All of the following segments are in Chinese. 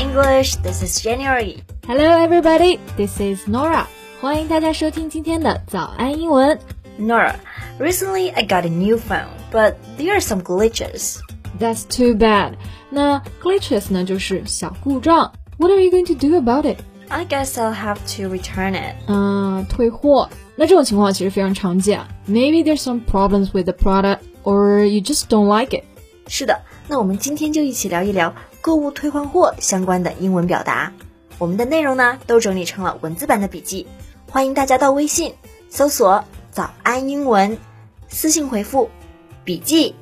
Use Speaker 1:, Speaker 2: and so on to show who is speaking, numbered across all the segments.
Speaker 1: English. This is January.
Speaker 2: Hello, everybody. This is Nora. 欢迎大家收听今天的早安英文。
Speaker 1: Nora, recently I got a new phone, but there are some glitches.
Speaker 2: That's too bad. 那 glitches 呢，就是小故障。What are you going to do about it？
Speaker 1: I guess I'll have to return it.
Speaker 2: 嗯，退货。那这种情况其实非常常见。Maybe there's some problems with the product, or you just don't like it.
Speaker 1: 是的，那我们今天就一起聊一聊购物退换货相关的英文表达。我们的内容呢，都整理成了文字版的笔记，欢迎大家到微信搜索“早安英文”，私信回复“笔记”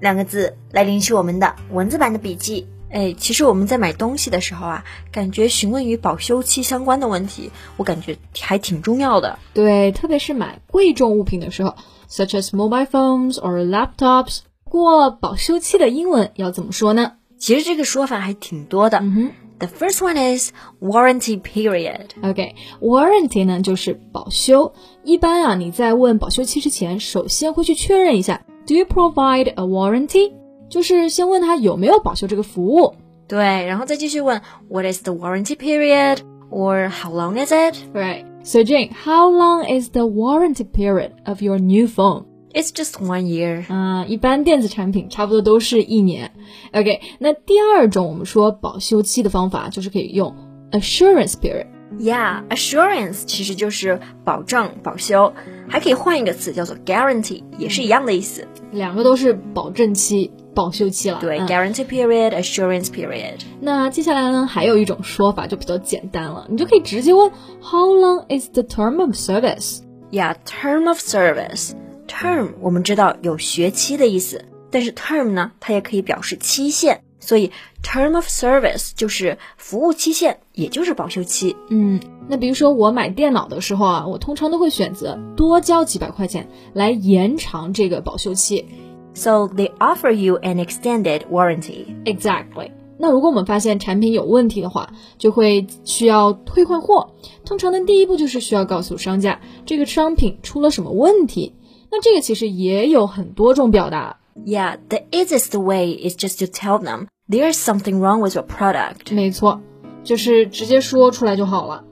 Speaker 1: 两个字来领取我们的文字版的笔记。哎，其实我们在买东西的时候啊，感觉询问与保修期相关的问题，我感觉还挺重要的。
Speaker 2: 对，特别是买贵重物品的时候，such as mobile phones or laptops。不过保修期的英文要怎么说呢？
Speaker 1: 其实这个说法还挺多的。
Speaker 2: 嗯
Speaker 1: The first one is warranty period.
Speaker 2: 哼，OK，warranty 呢就是保修。一般啊，你在问保修期之前，首先会去确认一下，Do you provide a warranty？就是先问他有没有保修这个服务。
Speaker 1: 对，然后再继续问 What is the warranty period? Or how long is it?
Speaker 2: Right. So Jane, how long is the warranty period of your new phone?
Speaker 1: It's just one year.
Speaker 2: 啊、一般电子产品差不多都是一年。OK，那第二种我们说保修期的方法就是可以用 assurance period。
Speaker 1: Yeah, assurance 其实就是保证、保修，还可以换一个词叫做 guarantee，也是一样的意思。
Speaker 2: 两个都是保证期、保修期了。
Speaker 1: 对、
Speaker 2: 嗯
Speaker 1: g u a r a n t e e period, assurance period.
Speaker 2: 那接下来呢，还有一种说法就比较简单了，你就可以直接问 How long is the term of service？
Speaker 1: Yeah, term of service. Term 我们知道有学期的意思，但是 term 呢，它也可以表示期限，所以 term of service 就是服务期限，也就是保修期。
Speaker 2: 嗯，那比如说我买电脑的时候啊，我通常都会选择多交几百块钱来延长这个保修期。
Speaker 1: So they offer you an extended warranty.
Speaker 2: Exactly。那如果我们发现产品有问题的话，就会需要退换货。通常的第一步就是需要告诉商家这个商品出了什么问题。那这个其实也有很多种表达。
Speaker 1: Yeah, the easiest way is just to tell them there's something wrong with your product.
Speaker 2: 没错，就是直接说出来就好了。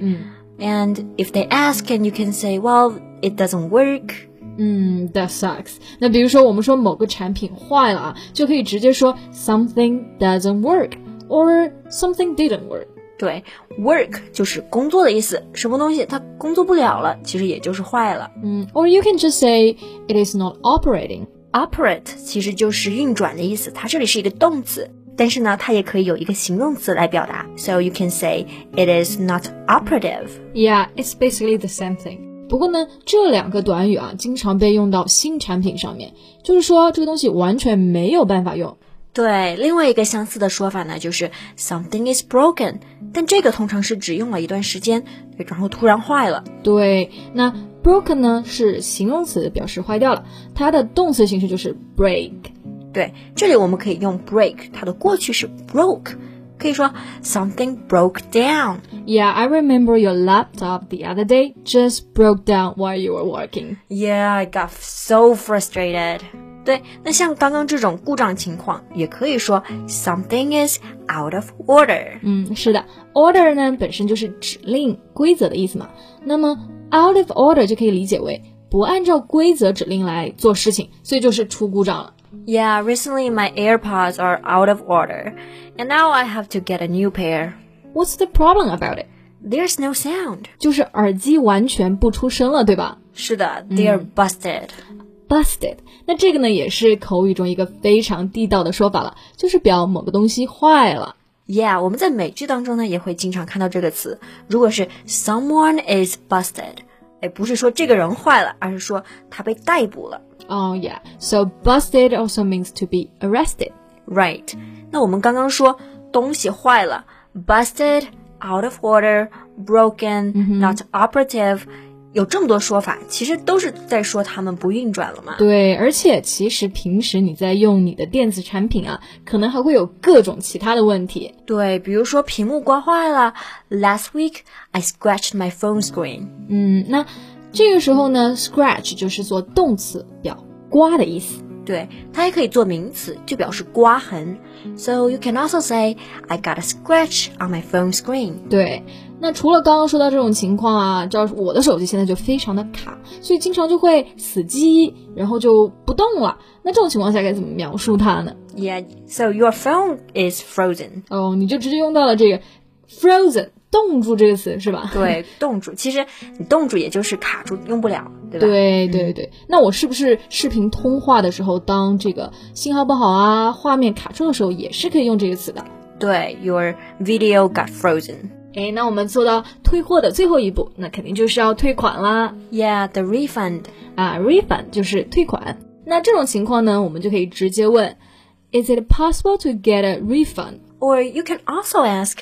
Speaker 2: 嗯
Speaker 1: And if they ask and you can say, well, it doesn't work.
Speaker 2: 嗯，That sucks。那比如说我们说某个产品坏了啊，就可以直接说 something doesn't work or something didn't work。
Speaker 1: 对，work 就是工作的意思，什么东西它工作不了了，其实也就是坏了。
Speaker 2: 嗯，or you can just say it is not operating。
Speaker 1: Operate 其实就是运转的意思，它这里是一个动词，但是呢，它也可以有一个形容词来表达。So you can say it is not operative.
Speaker 2: Yeah, it's basically the same thing. 不过呢，这两个短语啊，经常被用到新产品上面，就是说这个东西完全没有办法用。
Speaker 1: 对，另外一个相似的说法呢，就是 something is broken，但这个通常是只用了一段时间，对然后突然坏了。
Speaker 2: 对，那 broken 呢是形容词，表示坏掉了，它的动词形式就是 break。
Speaker 1: 对，这里我们可以用 break，它的过去式 broke，可以说 something broke down。
Speaker 2: Yeah, I remember your laptop the other day just broke down while you were working.
Speaker 1: Yeah, I got so frustrated. 对，那像刚刚这种故障情况，也可以说 something is out of order。
Speaker 2: 嗯，是的，order 呢本身就是指令、规则的意思嘛。那么 out of order 就可以理解为不按照规则指令来做事情，所以就是出故障了。
Speaker 1: Yeah, recently my AirPods are out of order, and now I have to get a new pair.
Speaker 2: What's the problem about it？
Speaker 1: There's no sound.
Speaker 2: 就是耳机完全不出声了，对吧
Speaker 1: 是的，they're busted.
Speaker 2: ？Busted。那这个呢，也是口语中一个非常地道的说法了，就是表某个东西坏了。
Speaker 1: Yeah，我们在美剧当中呢也会经常看到这个词。如果是 someone is busted，哎，不是说这个人坏了，而是说他被逮捕了。
Speaker 2: Oh yeah. So busted also means to be arrested.
Speaker 1: Right？那我们刚刚说东西坏了，busted、out of order、broken、not operative，有这么多说法，其实都是在说他们不运转了嘛。
Speaker 2: 对，而且其实平时你在用你的电子产品啊，可能还会有各种其他的问题。
Speaker 1: 对，比如说屏幕刮坏了，Last week I scratched my phone screen。
Speaker 2: 嗯，那这个时候呢，scratch 就是做动词，表刮的意思。
Speaker 1: 对，它还可以做名词，就表示刮痕。So you can also say I got a scratch on my phone screen。
Speaker 2: 对，那除了刚刚说到这种情况啊，照我的手机现在就非常的卡，所以经常就会死机，然后就不动了。那这种情况下该怎么描述它呢？
Speaker 1: Yeah, so your phone is frozen。
Speaker 2: 哦，你就直接用到了这个 frozen 冻住这个词是 吧？
Speaker 1: 对，冻住。其实你冻住也就是卡住，用不了，对吧？
Speaker 2: 对嗯对对，那我是不是视频通话的时候，当这个信号不好啊，画面卡住的时候，也是可以用这个词的？
Speaker 1: 对，your video got frozen。
Speaker 2: 哎，那我们做到退货的最后一步，那肯定就是要退款啦
Speaker 1: Yeah, the refund。
Speaker 2: 啊，refund 就是退款。那这种情况呢，我们就可以直接问，Is it possible to get a refund？
Speaker 1: Or you can also ask,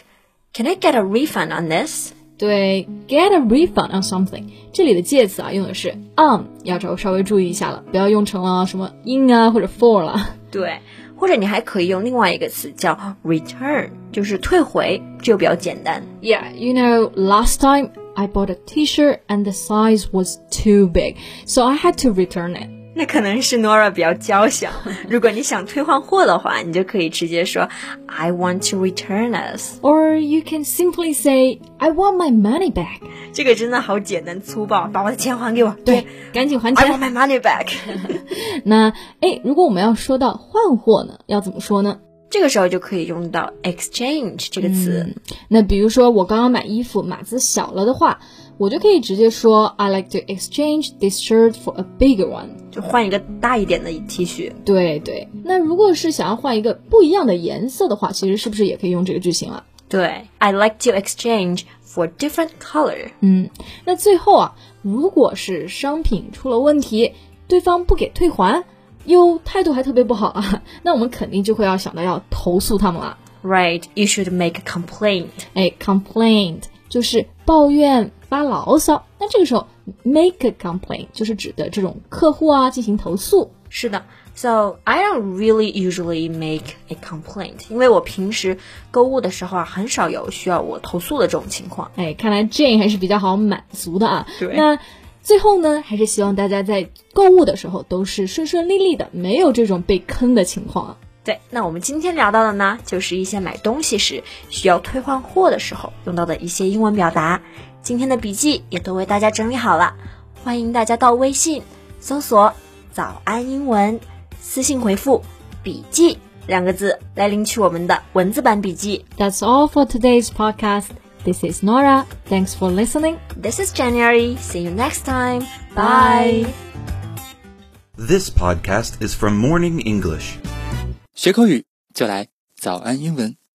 Speaker 1: Can I get a refund on this?
Speaker 2: 对，get a refund on something，这里的介词啊用的是 on，要稍稍微注意一下了，不要用成了什么 in 啊或者 for 了。
Speaker 1: 对，或者你还可以用另外一个词叫 return，就是退回，这就比较简单。
Speaker 2: Yeah, you know, last time I bought a T-shirt and the size was too big, so I had to return it.
Speaker 1: 那可能是 Nora 比较娇小。如果你想退换货的话，你就可以直接说 I want to return us。
Speaker 2: Or you can simply say, I want my money back.
Speaker 1: 这个真的好简单粗暴，把我的钱还给我。
Speaker 2: 对，赶紧还
Speaker 1: ，I want
Speaker 2: 钱。
Speaker 1: my money back。
Speaker 2: 那哎，如果我们要说到换货呢，要怎么说呢？
Speaker 1: 这个时候就可以用到 exchange 这个词。
Speaker 2: 那比如说我刚刚买衣服码子小了的话，我就可以直接说 I like to exchange this shirt for a bigger one。
Speaker 1: 就换一个大一点的 T 恤。
Speaker 2: 对对，那如果是想要换一个不一样的颜色的话，其实是不是也可以用这个句型啊？
Speaker 1: 对，I like to exchange for different color。
Speaker 2: 嗯那最后啊，如果是商品出了问题，对方不给退还，又态度还特别不好啊， 那我们肯定就会要想到要投诉他们了。
Speaker 1: Right, you should make a complaint.
Speaker 2: 哎，complaint 就是抱怨、发牢骚。那这个时候，make a complaint 就是指的这种客户啊进行投诉。
Speaker 1: 是的，So I don't really usually make a complaint，因为我平时购物的时候啊，很少有需要我投诉的这种情况。
Speaker 2: 哎，看来 Jane 还是比较好满足的啊。
Speaker 1: 对
Speaker 2: 那最后呢，还是希望大家在购物的时候都是顺顺利利的，没有这种被坑的情况啊。
Speaker 1: 对，那我们今天聊到的呢，就是一些买东西时需要退换货的时候用到的一些英文表达。今天的笔记也都为大家整理好了，欢迎大家到微信搜索“早安英文”，私信回复“笔记”两个字来领取我们的文字版笔记。
Speaker 2: That's all for today's podcast. This is Nora. Thanks for listening.
Speaker 1: This is January. See you next time. Bye.
Speaker 2: Bye.
Speaker 3: This podcast is from Morning English.
Speaker 4: 学口语就来早安英文。